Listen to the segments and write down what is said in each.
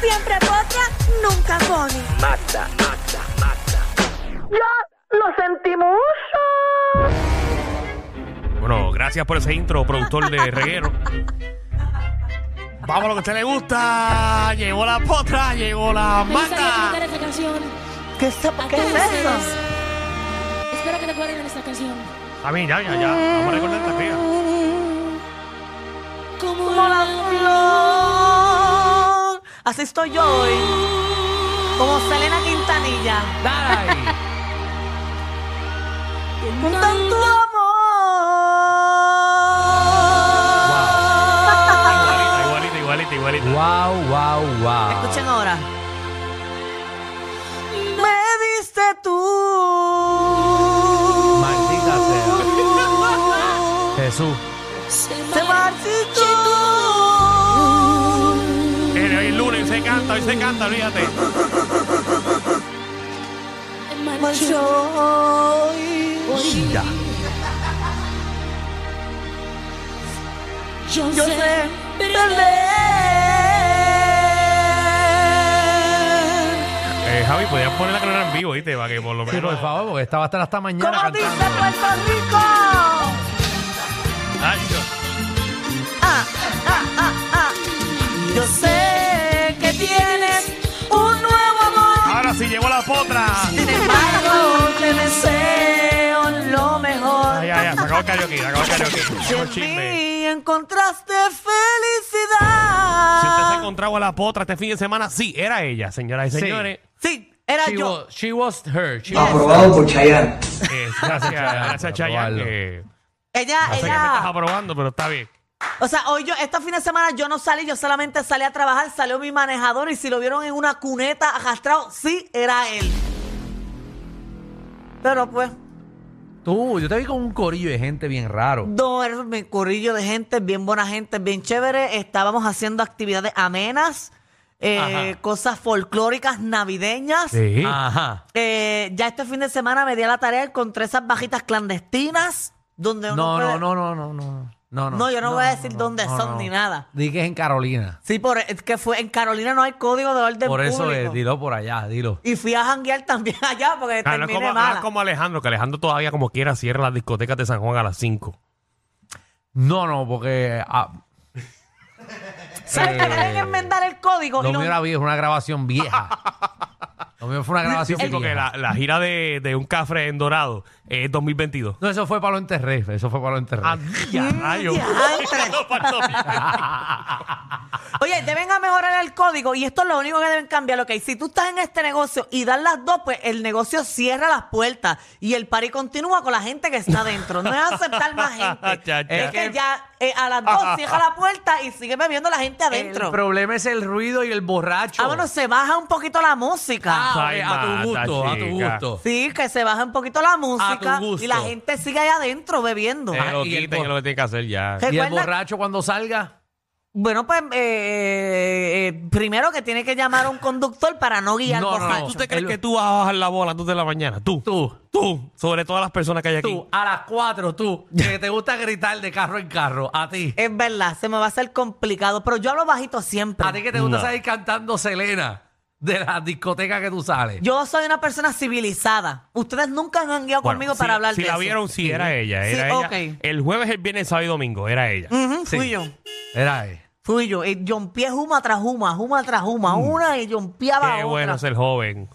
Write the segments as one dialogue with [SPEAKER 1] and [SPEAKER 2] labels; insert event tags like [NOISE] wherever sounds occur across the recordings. [SPEAKER 1] Siempre potra, nunca pony.
[SPEAKER 2] ¡Ya lo sentimos!
[SPEAKER 3] Bueno, gracias por ese intro, productor de reguero. Vamos a lo que a usted le gusta. Llegó la potra, llegó la
[SPEAKER 4] Me gustaría cantar
[SPEAKER 3] mata.
[SPEAKER 4] esta canción
[SPEAKER 2] ¿Qué, es-
[SPEAKER 4] a
[SPEAKER 2] qué
[SPEAKER 4] todos
[SPEAKER 2] es eso?
[SPEAKER 4] ustedes. Espero que recuerden esta canción.
[SPEAKER 3] A mí, Ah, ya, ya, ya. Vamos a recordar esta tía.
[SPEAKER 4] Como
[SPEAKER 2] Como la flor. Así estoy yo hoy. Como Selena Quintanilla. Un tanto amor.
[SPEAKER 3] Igualita, igualita, igualita, igualita.
[SPEAKER 5] Wow, wow, wow.
[SPEAKER 2] Escuchen ahora. Me diste tú.
[SPEAKER 5] Maldita sea. Jesús.
[SPEAKER 4] se
[SPEAKER 2] Te
[SPEAKER 4] marcha.
[SPEAKER 2] marchitó.
[SPEAKER 3] Eh, Hoy es lunes, hoy se canta, hoy se canta, olvídate.
[SPEAKER 4] marchó.
[SPEAKER 2] Marchó.
[SPEAKER 4] Hoy
[SPEAKER 5] Ya.
[SPEAKER 4] Yo
[SPEAKER 2] Yo sé
[SPEAKER 4] sé perder.
[SPEAKER 2] perder.
[SPEAKER 3] Eh, Javi, podías poner la carrera en vivo, ¿viste? Para que por lo
[SPEAKER 5] Sí, por
[SPEAKER 3] menos.
[SPEAKER 5] favor, porque estaba hasta hasta mañana
[SPEAKER 2] Como dice
[SPEAKER 5] cantando.
[SPEAKER 2] Puerto Rico.
[SPEAKER 3] Ay, yo.
[SPEAKER 2] Ah, ah, ah, ah. Yo sé que tienes un nuevo amor.
[SPEAKER 3] Ahora sí llegó la potra.
[SPEAKER 2] Sin embargo, te deseo lo mejor.
[SPEAKER 3] Ay, ay, ay, se acabó el karaoke, se acabó el karaoke.
[SPEAKER 2] Si
[SPEAKER 3] Llegó el
[SPEAKER 2] en
[SPEAKER 3] chisme.
[SPEAKER 2] mí encontraste
[SPEAKER 3] Si usted se ha
[SPEAKER 2] felicidad.
[SPEAKER 3] encontrado a la potra este fin de semana, sí, era ella, señoras y
[SPEAKER 5] Sí.
[SPEAKER 3] señores.
[SPEAKER 2] Sí, era
[SPEAKER 5] She
[SPEAKER 2] yo.
[SPEAKER 5] was, she was her. She was-
[SPEAKER 6] Aprobado por Chayanne.
[SPEAKER 3] Eh, [LAUGHS] gracias, gracias, Chayanne.
[SPEAKER 5] Aprobarlo.
[SPEAKER 3] que-
[SPEAKER 2] Ella,
[SPEAKER 3] No sé qué me estás
[SPEAKER 2] ella.
[SPEAKER 3] aprobando, pero está bien.
[SPEAKER 2] O sea, hoy yo, este fin de semana yo no salí, yo solamente salí a trabajar, salió mi manejador y si lo vieron en una cuneta arrastrado, sí, era él. Pero pues,
[SPEAKER 5] Tú, yo te vi con un corillo de gente bien raro.
[SPEAKER 2] no, era mi corrillo de gente, bien buena gente, bien chévere. Estábamos haciendo actividades amenas, eh,
[SPEAKER 5] Ajá.
[SPEAKER 2] cosas folclóricas navideñas.
[SPEAKER 3] Sí.
[SPEAKER 5] Ajá.
[SPEAKER 2] Eh, ya este fin de semana me di a la tarea encontré esas bajitas clandestinas donde uno
[SPEAKER 5] No, no,
[SPEAKER 2] puede-
[SPEAKER 5] no, no, no, no. No, no.
[SPEAKER 2] No, yo no, voy a decir
[SPEAKER 5] no,
[SPEAKER 2] dónde
[SPEAKER 5] no,
[SPEAKER 2] son
[SPEAKER 5] no.
[SPEAKER 2] ni nada.
[SPEAKER 5] Di que es en Carolina.
[SPEAKER 2] Sí, por, es que fue en Carolina no hay código de orden
[SPEAKER 5] Por eso
[SPEAKER 2] público.
[SPEAKER 5] es, dilo por allá, dilo.
[SPEAKER 2] Y fui a janguear también [LAUGHS] allá porque
[SPEAKER 3] Ah, no, es
[SPEAKER 2] terminé
[SPEAKER 3] como, no es
[SPEAKER 2] mala.
[SPEAKER 3] como Alejandro, que Alejandro todavía como quiera cierra las discotecas de San Juan a las 5.
[SPEAKER 5] No, no, porque ah,
[SPEAKER 2] ¿Sabes
[SPEAKER 3] Eh,
[SPEAKER 2] que quieren enmendar el código?
[SPEAKER 5] lo
[SPEAKER 2] y lo-
[SPEAKER 5] mío era viejo, una
[SPEAKER 2] [LAUGHS]
[SPEAKER 5] grabación vieja. Lo mío fue una grabación
[SPEAKER 3] Sí, porque
[SPEAKER 5] vieja.
[SPEAKER 3] la, la gira de, de un cafre en Dorado es 2022.
[SPEAKER 5] No, eso fue para lo enterré, eso fue para lo enterré.
[SPEAKER 2] [LAUGHS]
[SPEAKER 3] ¡Andía, Ah, rayo! [LAUGHS]
[SPEAKER 2] diantre.
[SPEAKER 3] No, pasó
[SPEAKER 2] [LAUGHS]
[SPEAKER 3] bien.
[SPEAKER 2] Oye, deben a mejorar el código y esto es lo único que deben cambiar. Ok, si tú estás en este negocio y dan las dos, pues el negocio cierra las puertas y el party continúa con la gente que está adentro. No es aceptar
[SPEAKER 3] [LAUGHS]
[SPEAKER 2] más
[SPEAKER 3] Ya,
[SPEAKER 2] gente.
[SPEAKER 3] ya.
[SPEAKER 2] es que ya eh, a las
[SPEAKER 3] [LAUGHS]
[SPEAKER 2] dos cierra la puerta y sigue bebiendo la gente adentro.
[SPEAKER 5] El problema es el ruido y el borracho.
[SPEAKER 2] Ah, bueno, se baja un poquito la música.
[SPEAKER 5] Ah,
[SPEAKER 3] Ay,
[SPEAKER 5] ok, a tu
[SPEAKER 3] mata,
[SPEAKER 5] gusto, a tu
[SPEAKER 3] chica.
[SPEAKER 5] gusto.
[SPEAKER 2] Sí, que se baja un poquito la música
[SPEAKER 5] tu gusto.
[SPEAKER 2] y la gente sigue ahí adentro bebiendo.
[SPEAKER 3] Que lo
[SPEAKER 5] y el
[SPEAKER 3] quiten,
[SPEAKER 5] bo-
[SPEAKER 3] que Este lo que tiene que hacer ya.
[SPEAKER 2] ¿Qué?
[SPEAKER 5] Y el
[SPEAKER 2] Recuerda-
[SPEAKER 5] borracho cuando salga.
[SPEAKER 2] Bueno, pues eh, eh, primero que tiene que llamar a un conductor para no guiar
[SPEAKER 5] No, no,
[SPEAKER 2] borracho.
[SPEAKER 5] no.
[SPEAKER 3] ¿Tú te crees
[SPEAKER 5] El-
[SPEAKER 3] que tú vas a bajar la bola a las 2 de la mañana? Tú.
[SPEAKER 5] Tú.
[SPEAKER 3] Tú. Sobre todas las personas que hay aquí.
[SPEAKER 5] Tú, a las cuatro, tú, que te gusta gritar de carro en carro, a ti.
[SPEAKER 2] Es verdad, se me va a hacer complicado, pero yo hablo bajito siempre.
[SPEAKER 5] A ti que te gusta
[SPEAKER 3] No.
[SPEAKER 5] salir cantando Selena de la discoteca que tú sales.
[SPEAKER 2] Yo soy una persona civilizada. Ustedes nunca han guiado
[SPEAKER 3] Bueno,
[SPEAKER 2] conmigo
[SPEAKER 3] si-
[SPEAKER 2] para hablar
[SPEAKER 3] Si
[SPEAKER 2] de
[SPEAKER 3] la
[SPEAKER 2] eso.
[SPEAKER 3] vieron, sí, era ella.
[SPEAKER 2] Sí,
[SPEAKER 3] Era ella.
[SPEAKER 2] ok. Mm,
[SPEAKER 3] El jueves, el viernes, el sábado y domingo. Era ella.
[SPEAKER 2] Ujú,
[SPEAKER 5] Sí.
[SPEAKER 2] Fui yo.
[SPEAKER 5] Era eh, él.
[SPEAKER 2] Fui yo. Y yompié juma tras juma, juma tras juma. Una y yompiaba
[SPEAKER 3] Mm. Qué
[SPEAKER 2] otra.
[SPEAKER 3] bueno ser joven.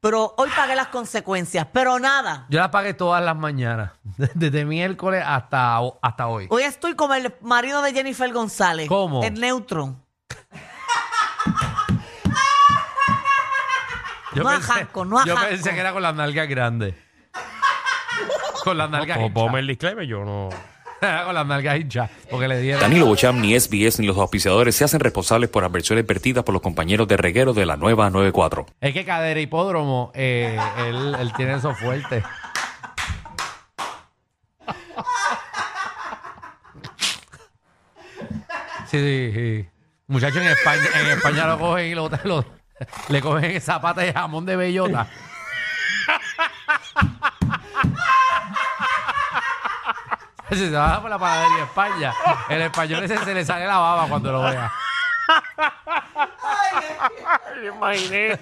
[SPEAKER 2] Pero hoy pagué las consecuencias. Pero nada.
[SPEAKER 5] Yo la pagué todas las mañanas, [LAUGHS] desde miércoles hasta, hasta hoy.
[SPEAKER 2] Hoy estoy como el marido de Jennifer González.
[SPEAKER 5] ¿Cómo?
[SPEAKER 2] El neutro. No ajanco, no
[SPEAKER 5] Yo
[SPEAKER 2] ajanco.
[SPEAKER 5] pensé
[SPEAKER 2] [LAUGHS]
[SPEAKER 5] que era con las nalgas grandes. con las nalgas
[SPEAKER 3] Como
[SPEAKER 5] hinchadas.
[SPEAKER 3] ponme el Pues disclaimer, yo no.
[SPEAKER 5] [LAUGHS] Con las nalgas hinchas, porque le dieron.
[SPEAKER 6] Danilo Bocham, ni SBS, ni los auspiciadores se hacen responsables por adversiones vertidas por los compañeros de reguero de la nueva 94.
[SPEAKER 5] Es que cadera hipódromo, eh, él, él tiene eso fuerte. Sí, sí, sí. Muchachos, en España, en España lo cogen y lo, lo- le cogen zapata de jamón de bellota. Si se va por la panadería de España, el español ese se le sale la baba cuando lo vea.
[SPEAKER 3] imaginé.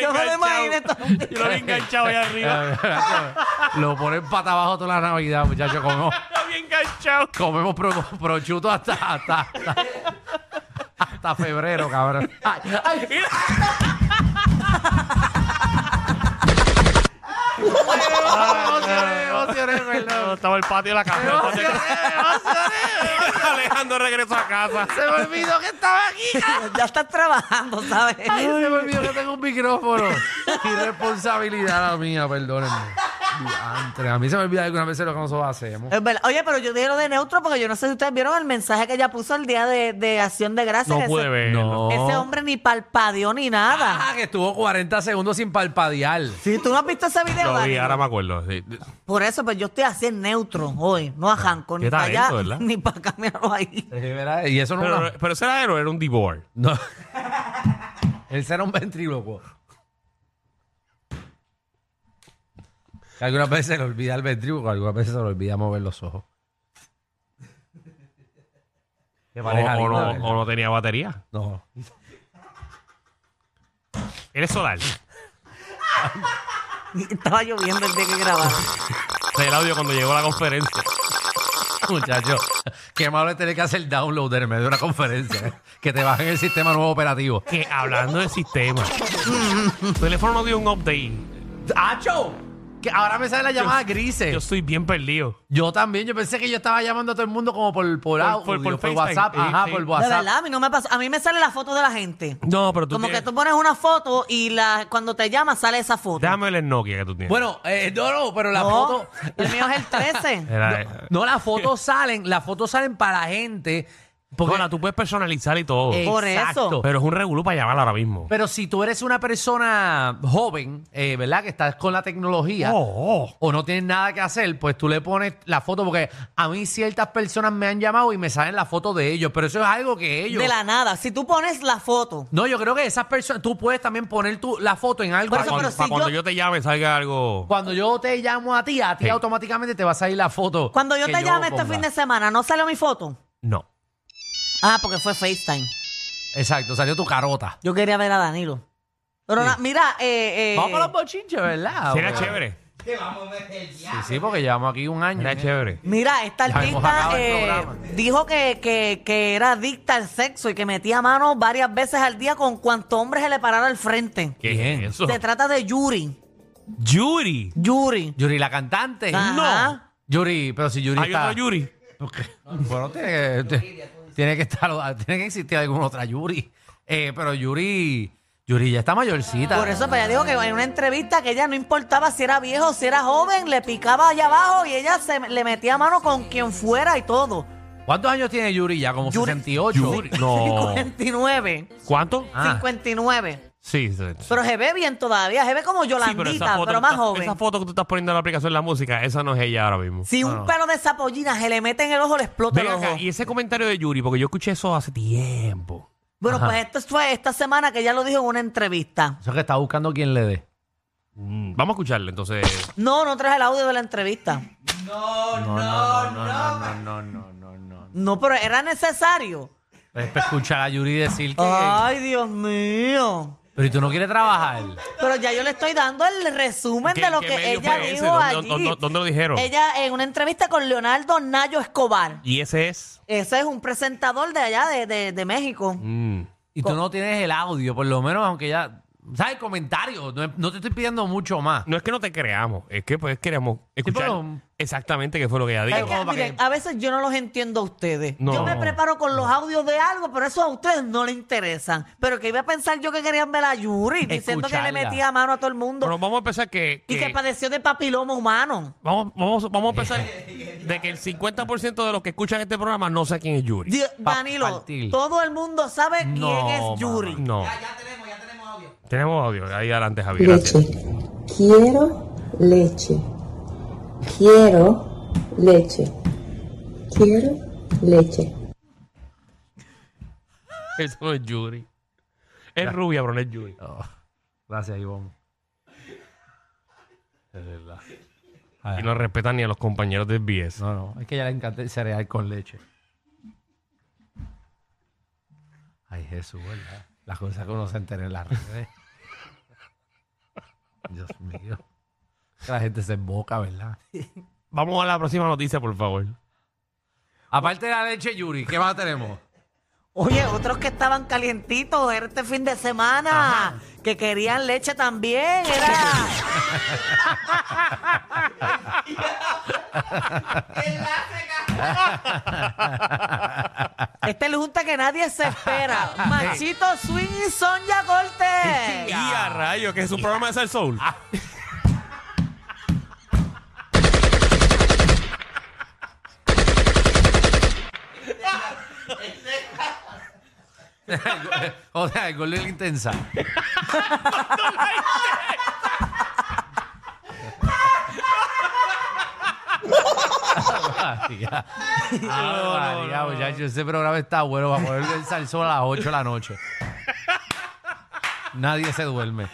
[SPEAKER 2] Yo me lo imaginé
[SPEAKER 3] [LAUGHS]
[SPEAKER 2] todo un día.
[SPEAKER 3] Yo lo vi enganchado ahí arriba.
[SPEAKER 5] [LAUGHS] lo ponen pata abajo toda la Navidad, muchachos. Comemos,
[SPEAKER 3] Lo vi enganchado.
[SPEAKER 5] comemos pro- prochuto hasta, hasta, hasta, hasta febrero, cabrón. Ay, ay. Me emocioné, me emocioné, perdón.
[SPEAKER 3] Estaba el patio de la
[SPEAKER 5] Me
[SPEAKER 3] casa.
[SPEAKER 5] emocioné, me emocioné.
[SPEAKER 3] [LAUGHS] Alejandro regresó a casa.
[SPEAKER 5] Se me olvidó que estaba aquí.
[SPEAKER 2] Ya estás trabajando, ¿sabes?
[SPEAKER 3] [LAUGHS]
[SPEAKER 5] Ay, se me olvidó que tengo un micrófono. Irresponsabilidad la mía, perdónenme. Diantre, A mí se me olvida algunas veces lo que nosotros hacemos.
[SPEAKER 2] Es verdad. Oye, pero yo dije lo de neutro porque yo no sé si ustedes vieron el mensaje que ella puso el día de, de Acción de Gracias.
[SPEAKER 3] No
[SPEAKER 2] Ese-
[SPEAKER 3] pude verlo.
[SPEAKER 2] Ese hombre ni palpadeó ni nada.
[SPEAKER 5] Ah, que estuvo 40 segundos sin palpadear.
[SPEAKER 2] Si tú no has visto ese video,
[SPEAKER 3] Lo vi,
[SPEAKER 2] Dani.
[SPEAKER 3] ahora me acuerdo. sí.
[SPEAKER 2] por eso, pues yo estoy así en neutro hoy, no a Hanco, ni
[SPEAKER 3] Ah, Qué
[SPEAKER 2] para allá,
[SPEAKER 3] talento, ¿verdad?
[SPEAKER 2] ni para acá, [LAUGHS] míralo ahí.
[SPEAKER 5] Sí, ¿verdad? Y eso no
[SPEAKER 3] Pero,
[SPEAKER 5] era-
[SPEAKER 3] pero ese era él o era un divorce.
[SPEAKER 5] No. [LAUGHS] Él será un ventríloco. Algunas veces se le olvida el ventríloco, algunas veces se le olvida mover los ojos. Qué
[SPEAKER 3] O,
[SPEAKER 5] pareja
[SPEAKER 3] o
[SPEAKER 5] linda,
[SPEAKER 3] no,
[SPEAKER 5] ¿verdad?
[SPEAKER 3] o no tenía batería.
[SPEAKER 5] No. [LAUGHS]
[SPEAKER 3] Eres solar.
[SPEAKER 2] Estaba lloviendo el día que
[SPEAKER 3] [LAUGHS]
[SPEAKER 2] grababa.
[SPEAKER 3] El audio cuando llegó a la conferencia.
[SPEAKER 5] Muchacho, qué malo es tener que hacer download en medio de una conferencia. ¿eh? Que te bajen el sistema nuevo operativo.
[SPEAKER 3] Que hablando de sistema, tu teléfono no dio un update.
[SPEAKER 5] ¡Acho! Que ahora me sale la llamada grises.
[SPEAKER 3] Yo estoy bien perdido.
[SPEAKER 5] Yo también, yo pensé que yo estaba llamando a todo el mundo como por, por, audio,
[SPEAKER 3] por- por
[SPEAKER 5] por
[SPEAKER 3] FaceTime.
[SPEAKER 5] WhatsApp.
[SPEAKER 3] Sí,
[SPEAKER 5] Ajá,
[SPEAKER 3] sí.
[SPEAKER 5] por
[SPEAKER 3] De
[SPEAKER 2] De
[SPEAKER 5] WhatsApp.
[SPEAKER 2] verdad, a mí no me pasa. A mí me sale la foto de la gente.
[SPEAKER 3] No, pero tú
[SPEAKER 2] Como que
[SPEAKER 3] tienes-
[SPEAKER 2] tú pones una foto y la, cuando te llama sale esa foto.
[SPEAKER 3] Déjame ver el Nokia que tú tienes.
[SPEAKER 5] Bueno, eh, no, no, pero la
[SPEAKER 2] No,
[SPEAKER 5] foto.
[SPEAKER 2] El mío es el
[SPEAKER 3] [LAUGHS]
[SPEAKER 2] 13.
[SPEAKER 3] Era- eh,
[SPEAKER 5] No, las fotos salen, las fotos salen para la gente. Porque,
[SPEAKER 3] Porque la tú puedes personalizar y todo.
[SPEAKER 5] Exacto.
[SPEAKER 2] Por eso.
[SPEAKER 3] Pero es un regulo para llamar ahora mismo.
[SPEAKER 5] Eh. Pero si tú eres una persona joven, eh, ¿verdad? Que estás con la tecnología
[SPEAKER 3] Oh,
[SPEAKER 5] o no tienes nada que hacer, pues tú le pones la foto. Porque a mí ciertas personas me han llamado y me salen la foto de ellos. Pero eso es algo que ellos.
[SPEAKER 2] De la nada. Si tú pones la foto.
[SPEAKER 5] No, yo creo que esas personas. Tú puedes también poner tu, la foto en algo.
[SPEAKER 2] Por eso,
[SPEAKER 3] cuando,
[SPEAKER 2] pero
[SPEAKER 3] para
[SPEAKER 2] si
[SPEAKER 3] cuando
[SPEAKER 2] yo-
[SPEAKER 3] yo... te llame salga algo.
[SPEAKER 5] Cuando yo te llamo a ti, a ti
[SPEAKER 3] Sí.
[SPEAKER 5] automáticamente te va a salir la foto.
[SPEAKER 2] Cuando yo
[SPEAKER 5] que
[SPEAKER 2] te llame este
[SPEAKER 5] ponga.
[SPEAKER 2] fin de semana, ¿no salió mi foto?
[SPEAKER 3] No.
[SPEAKER 2] Ah, porque fue FaceTime.
[SPEAKER 5] Exacto, salió tu carota.
[SPEAKER 2] Yo quería ver a Danilo. Pero na- mira, eh, eh,
[SPEAKER 5] Vamos a los bochinches,
[SPEAKER 2] Ah,
[SPEAKER 5] ¿verdad?
[SPEAKER 3] Será
[SPEAKER 5] Porque-
[SPEAKER 3] chévere.
[SPEAKER 5] Sí, sí, porque llevamos aquí un año.
[SPEAKER 3] Será
[SPEAKER 5] ¿eh?
[SPEAKER 3] chévere.
[SPEAKER 2] mira, esta
[SPEAKER 5] Ya hemos
[SPEAKER 2] artista
[SPEAKER 5] acabado el
[SPEAKER 2] eh,
[SPEAKER 5] programa.
[SPEAKER 2] dijo que, que, que era adicta al sexo y que metía mano varias veces al día con cuanto hombre se le parara al frente.
[SPEAKER 3] ¿Qué
[SPEAKER 5] Bien.
[SPEAKER 3] es eso?
[SPEAKER 2] Se trata de Yuri.
[SPEAKER 3] Yuri.
[SPEAKER 2] Yuri.
[SPEAKER 5] Yuri, la cantante.
[SPEAKER 2] Ajá.
[SPEAKER 5] Yuri, pero si Yuri
[SPEAKER 3] Hay
[SPEAKER 5] está.
[SPEAKER 3] otro Yuri.
[SPEAKER 5] ¿Por qué? Bueno, tiene que, tiene que estar, tiene que existir alguna otra Yuri. Eh, pero Yuri, Yuri ya está mayorcita.
[SPEAKER 2] Por eso, pues ella dijo que en una entrevista que ella no importaba si era viejo o si era joven, le picaba allá abajo y ella se le metía mano con quien fuera y todo.
[SPEAKER 5] ¿Cuántos años tiene Yuri ya? Como
[SPEAKER 2] Yuri-
[SPEAKER 5] 68.
[SPEAKER 2] [LAUGHS]
[SPEAKER 3] No.
[SPEAKER 2] 59.
[SPEAKER 3] ¿Cuánto?
[SPEAKER 5] Ah.
[SPEAKER 2] 59.
[SPEAKER 3] Sí, sí.
[SPEAKER 2] Pero se ve bien todavía, se ve como
[SPEAKER 3] Sí,
[SPEAKER 2] Yolandita,
[SPEAKER 3] esa
[SPEAKER 2] pero,
[SPEAKER 3] foto que
[SPEAKER 2] más
[SPEAKER 3] estás-
[SPEAKER 2] joven.
[SPEAKER 3] Esa foto que tú estás poniendo en la aplicación de la música, esa no es ella ahora mismo.
[SPEAKER 2] Si un pelo de zapollina se le mete en el ojo, le explota
[SPEAKER 3] Ven
[SPEAKER 2] el
[SPEAKER 3] acá,
[SPEAKER 2] ojo.
[SPEAKER 3] y ese comentario de Yuri, porque yo escuché eso hace tiempo.
[SPEAKER 2] Bueno, pues esto fue esta semana que ella lo dijo en una entrevista.
[SPEAKER 5] Eso que está buscando quien le dé.
[SPEAKER 3] Mm, Vamos a escucharlo, entonces.
[SPEAKER 2] No, no traje el audio de la entrevista. No, no, no, no, no, no, no, pero era necesario.
[SPEAKER 5] Es para escuchar a Yuri decir que.
[SPEAKER 2] Ay, Dios mío.
[SPEAKER 5] Pero ¿y tú no quieres trabajar?
[SPEAKER 2] Pero ya yo le estoy dando el resumen
[SPEAKER 3] ¿Qué-
[SPEAKER 2] de lo
[SPEAKER 3] qué
[SPEAKER 2] que ella
[SPEAKER 3] medio fue ese?
[SPEAKER 2] dijo
[SPEAKER 3] ¿Dónde-
[SPEAKER 2] allí.
[SPEAKER 3] dónde- dónde lo dijeron?
[SPEAKER 2] Ella en una entrevista con Leonardo Nayo Escobar.
[SPEAKER 3] Y ese es.
[SPEAKER 2] Ese es un presentador de allá de, de- de México.
[SPEAKER 3] mm,
[SPEAKER 5] Y tú no tienes el audio, por lo menos, aunque ya. ¿Sabes? El comentario. No, no te estoy pidiendo mucho más.
[SPEAKER 3] No es que no te creamos, es que pues queremos escuchar
[SPEAKER 5] pero-
[SPEAKER 3] exactamente qué fue lo que ella
[SPEAKER 2] Es
[SPEAKER 3] dijo.
[SPEAKER 2] que,
[SPEAKER 5] como para
[SPEAKER 2] miren,
[SPEAKER 5] que-
[SPEAKER 2] a veces yo no los entiendo a ustedes.
[SPEAKER 3] No.
[SPEAKER 2] Yo me preparo con los audios de algo, pero eso a ustedes no les interesan. Pero que iba a pensar yo que querían ver a Yuri, diciendo que le
[SPEAKER 5] Escucharla.
[SPEAKER 2] metía mano a todo el mundo
[SPEAKER 3] Bueno, vamos a empezar que...
[SPEAKER 2] y que
[SPEAKER 3] que-
[SPEAKER 2] padeció de papiloma humano.
[SPEAKER 3] vamos, vamos, vamos a empezar de que el 50% de los que escuchan este programa no sé quién es Yuri.
[SPEAKER 2] Dios,
[SPEAKER 5] Pa-
[SPEAKER 2] Danilo,
[SPEAKER 5] partir.
[SPEAKER 2] todo el mundo sabe quién
[SPEAKER 5] No,
[SPEAKER 2] es Yuri.
[SPEAKER 5] mamá.
[SPEAKER 3] Oh, No. tenemos, ya tenemos audio. Tenemos audio. Ahí adelante, Javier.
[SPEAKER 7] Leche.
[SPEAKER 3] gracias.
[SPEAKER 7] Quiero leche. Quiero leche. Quiero leche.
[SPEAKER 3] Eso no es Yuri. Es rubia, pero no es Yuri.
[SPEAKER 5] Oh, gracias, Ivonne. Es verdad. Ah,
[SPEAKER 3] Y no respetan ni a los compañeros de BS.
[SPEAKER 5] No, no, es que a ella le encanta el cereal con leche. Ay, Jesús, ¿verdad? Las cosas que uno se entera en las redes. Dios mío. Que la gente se emboca, ¿verdad?
[SPEAKER 3] Vamos a la próxima noticia, por favor.
[SPEAKER 5] Aparte de la leche, Yuri, ¿qué más tenemos?
[SPEAKER 2] Oye, otros que estaban calientitos era este fin de semana, que querían leche también, era... Esta es la junta que nadie se espera.
[SPEAKER 5] [LAUGHS]
[SPEAKER 2] Machito Swing y Sonia Corte.
[SPEAKER 3] Y a rayo, que es un programa de Sal Soul.
[SPEAKER 5] o sea, el gol de la intensa. [LAUGHS] María. Ah, María, muchachos, ese programa está bueno para poner el salsón a las 8 de la noche. Nadie se duerme.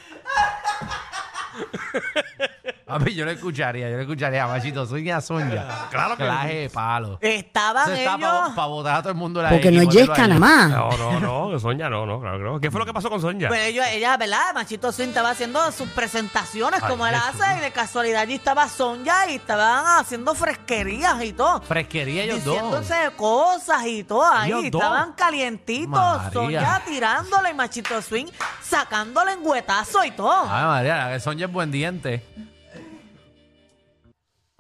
[SPEAKER 5] A mí yo lo escucharía, yo lo escucharía a Machito, soy ni a Sonja. Claro que de palo.
[SPEAKER 2] Estaban
[SPEAKER 5] Eso está
[SPEAKER 2] ellos...
[SPEAKER 5] para votar a todo el mundo. de
[SPEAKER 8] Porque
[SPEAKER 5] ahí,
[SPEAKER 8] no es
[SPEAKER 5] ponerlo
[SPEAKER 8] yesca
[SPEAKER 5] ahí.
[SPEAKER 8] nada más.
[SPEAKER 3] No, no, no. Sonia, no, no, claro que no. ¿Qué fue lo que pasó con Sonia?
[SPEAKER 2] Pero pues, ellos- ella, ¿verdad? Machito Swing estaba haciendo sus presentaciones
[SPEAKER 5] Ay,
[SPEAKER 2] como él
[SPEAKER 5] Jesús.
[SPEAKER 2] hace y de casualidad allí estaba Sonja y estaban haciendo fresquerías y todo.
[SPEAKER 5] Fresquería ellos dos.
[SPEAKER 2] diciéndose cosas y todo ahí.
[SPEAKER 5] Ellos dos.
[SPEAKER 2] Estaban calientitos,
[SPEAKER 5] María.
[SPEAKER 2] Sonia tirándole y Machito Swing sacándole en huetazo y todo.
[SPEAKER 5] Ay, María, la que Sonja es buen diente.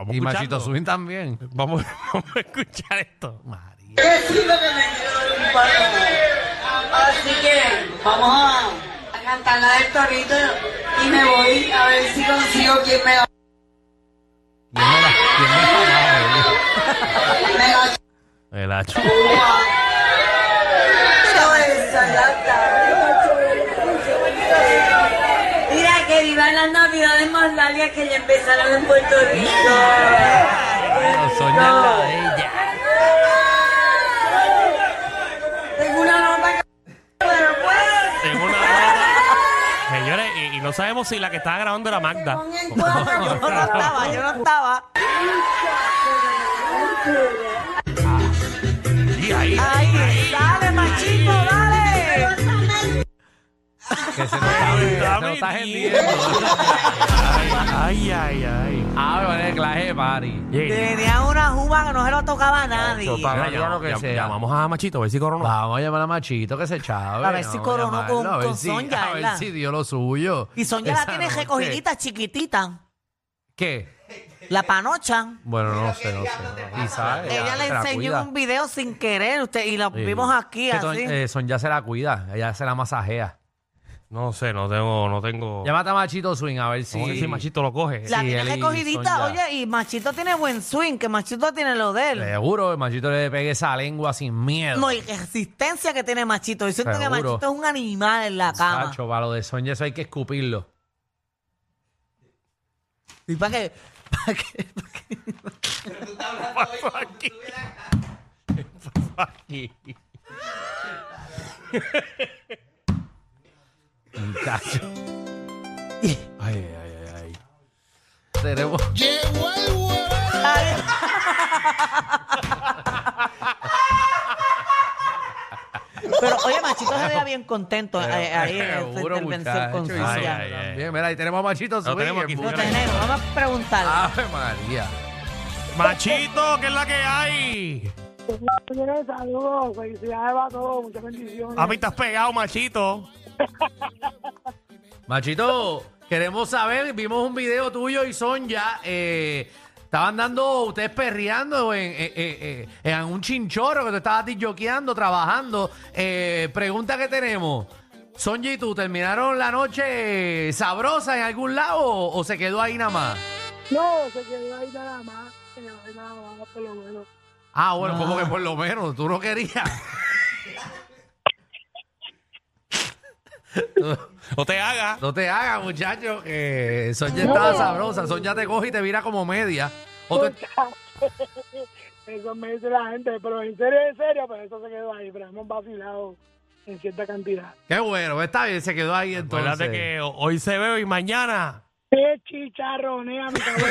[SPEAKER 3] Vamos a
[SPEAKER 5] Y
[SPEAKER 3] escucharlo.
[SPEAKER 5] Machito Swing también.
[SPEAKER 3] Vamos, [LAUGHS] vamos a escuchar esto.
[SPEAKER 5] María.
[SPEAKER 9] Así que vamos a, a cantar la del torito y me voy a ver si consigo quien me la,
[SPEAKER 5] ¿Quién me la- quién me la mama, bebé?
[SPEAKER 9] me la
[SPEAKER 3] El hacho.
[SPEAKER 9] chupa esa, ya está. Mira que vivan las navidades más largas que ya empezaron en Puerto Rico.
[SPEAKER 5] Pero Sonja es la de ella.
[SPEAKER 9] Tengo una nota que- pero pues,
[SPEAKER 3] Tengo una nota. Señores, y, y no sabemos si la que estaba grabando era Magda.
[SPEAKER 9] pon en cuatro,
[SPEAKER 2] Yo no estaba, yo no estaba.
[SPEAKER 3] Y ahí.
[SPEAKER 2] Ahí, dale, Machito, dale.
[SPEAKER 5] Que se lo está, se lo está vendiendo.
[SPEAKER 3] Ay, ay, ay.
[SPEAKER 5] Ah, vale, clase de party.
[SPEAKER 3] Yeah.
[SPEAKER 2] Tenía una juba que no se lo tocaba a nadie.
[SPEAKER 5] Yo pa-
[SPEAKER 3] Mira,
[SPEAKER 5] Diga lo que
[SPEAKER 3] llam-
[SPEAKER 5] sea.
[SPEAKER 3] Llamamos a Machito a ver si coronó.
[SPEAKER 5] Vamos a llamar a Machito que se chave.
[SPEAKER 2] A ver si
[SPEAKER 5] Vamos a
[SPEAKER 2] coronó
[SPEAKER 5] llamarlo,
[SPEAKER 2] con-
[SPEAKER 5] a ver
[SPEAKER 2] con
[SPEAKER 5] si-
[SPEAKER 2] Sonja,
[SPEAKER 5] A ver
[SPEAKER 2] ¿verdad?
[SPEAKER 5] si dio lo suyo.
[SPEAKER 2] Y Sonia la
[SPEAKER 5] Esa
[SPEAKER 2] tiene
[SPEAKER 5] noche.
[SPEAKER 2] recogidita, chiquitita.
[SPEAKER 5] ¿Qué?
[SPEAKER 2] La panochan.
[SPEAKER 5] Bueno, no sé, no sé. Quizás.
[SPEAKER 2] Ella le
[SPEAKER 5] se la
[SPEAKER 2] enseñó
[SPEAKER 5] cuida.
[SPEAKER 2] un video sin querer, usted, y lo
[SPEAKER 5] Sí.
[SPEAKER 2] vimos aquí
[SPEAKER 5] Que Son-
[SPEAKER 2] así.
[SPEAKER 5] eh, Sonja se la cuida, ella se la masajea.
[SPEAKER 3] No sé, no tengo, no tengo.
[SPEAKER 5] Llámate a Machito Swing a ver si.
[SPEAKER 3] Vamos a ver si Machito lo coge.
[SPEAKER 2] la
[SPEAKER 5] sí,
[SPEAKER 2] tiene
[SPEAKER 5] él y
[SPEAKER 2] recogidita,
[SPEAKER 5] Sonia.
[SPEAKER 2] oye, y Machito tiene buen swing, que Machito tiene lo de él.
[SPEAKER 5] Seguro, el Machito le pegue esa lengua sin miedo.
[SPEAKER 2] No, y la existencia que tiene Machito. Yo siento que
[SPEAKER 5] Seguro.
[SPEAKER 2] Machito es un animal en la cama.
[SPEAKER 5] Sacho, para lo de Sonja, eso hay que escupirlo.
[SPEAKER 2] ¿Y para qué? ¿Para qué? ¿Para qué?
[SPEAKER 5] Sacho.
[SPEAKER 2] [LAUGHS]
[SPEAKER 5] ay, ay, ay, ay. Tenemos.
[SPEAKER 2] Pero oye, Machito se veía bien contento eh, eh, ahí en esta
[SPEAKER 5] Seguro,
[SPEAKER 2] intervención con
[SPEAKER 5] muchacho, y
[SPEAKER 3] Ay,
[SPEAKER 2] Sonia.
[SPEAKER 5] Sonja
[SPEAKER 3] ay, ay.
[SPEAKER 5] también. Mira, ahí tenemos a Machito Swing.
[SPEAKER 3] tenemos aquí,
[SPEAKER 5] el
[SPEAKER 2] Lo
[SPEAKER 5] burro.
[SPEAKER 2] tenemos, vamos a preguntarle.
[SPEAKER 5] Ave María.
[SPEAKER 3] Machito, que es la que hay.
[SPEAKER 9] Saludos, felicidades para todos, muchas bendiciones.
[SPEAKER 3] A mí estás pegado, Machito. Machito, queremos saber, vimos un video tuyo y Sonja, eh, estaban dando, ustedes perreando en, eh, eh, eh, en un chinchorro que te estabas disjoqueando, trabajando. Eh, pregunta que tenemos. Sonja y tú, ¿terminaron la noche sabrosa en algún lado o, o se quedó ahí nada más?
[SPEAKER 9] No, se quedó ahí nada más. Se quedó ahí nada más, por lo menos.
[SPEAKER 3] Ah, bueno, como que por lo menos, tú no querías. [LAUGHS]
[SPEAKER 10] No te hagas.
[SPEAKER 3] No te hagas, muchacho, que Sonja estaba sabrosa. Sonja te coge y te mira como media. O tú-
[SPEAKER 9] Eso me dice la gente, pero en serio, en serio, pero eso se quedó ahí. Pero hemos vacilado en cierta cantidad.
[SPEAKER 3] Qué bueno, está bien, se quedó ahí entonces.
[SPEAKER 10] Acuérdate que ho- hoy se ve y mañana.
[SPEAKER 9] ¡Qué chicharronea, mi cabrón!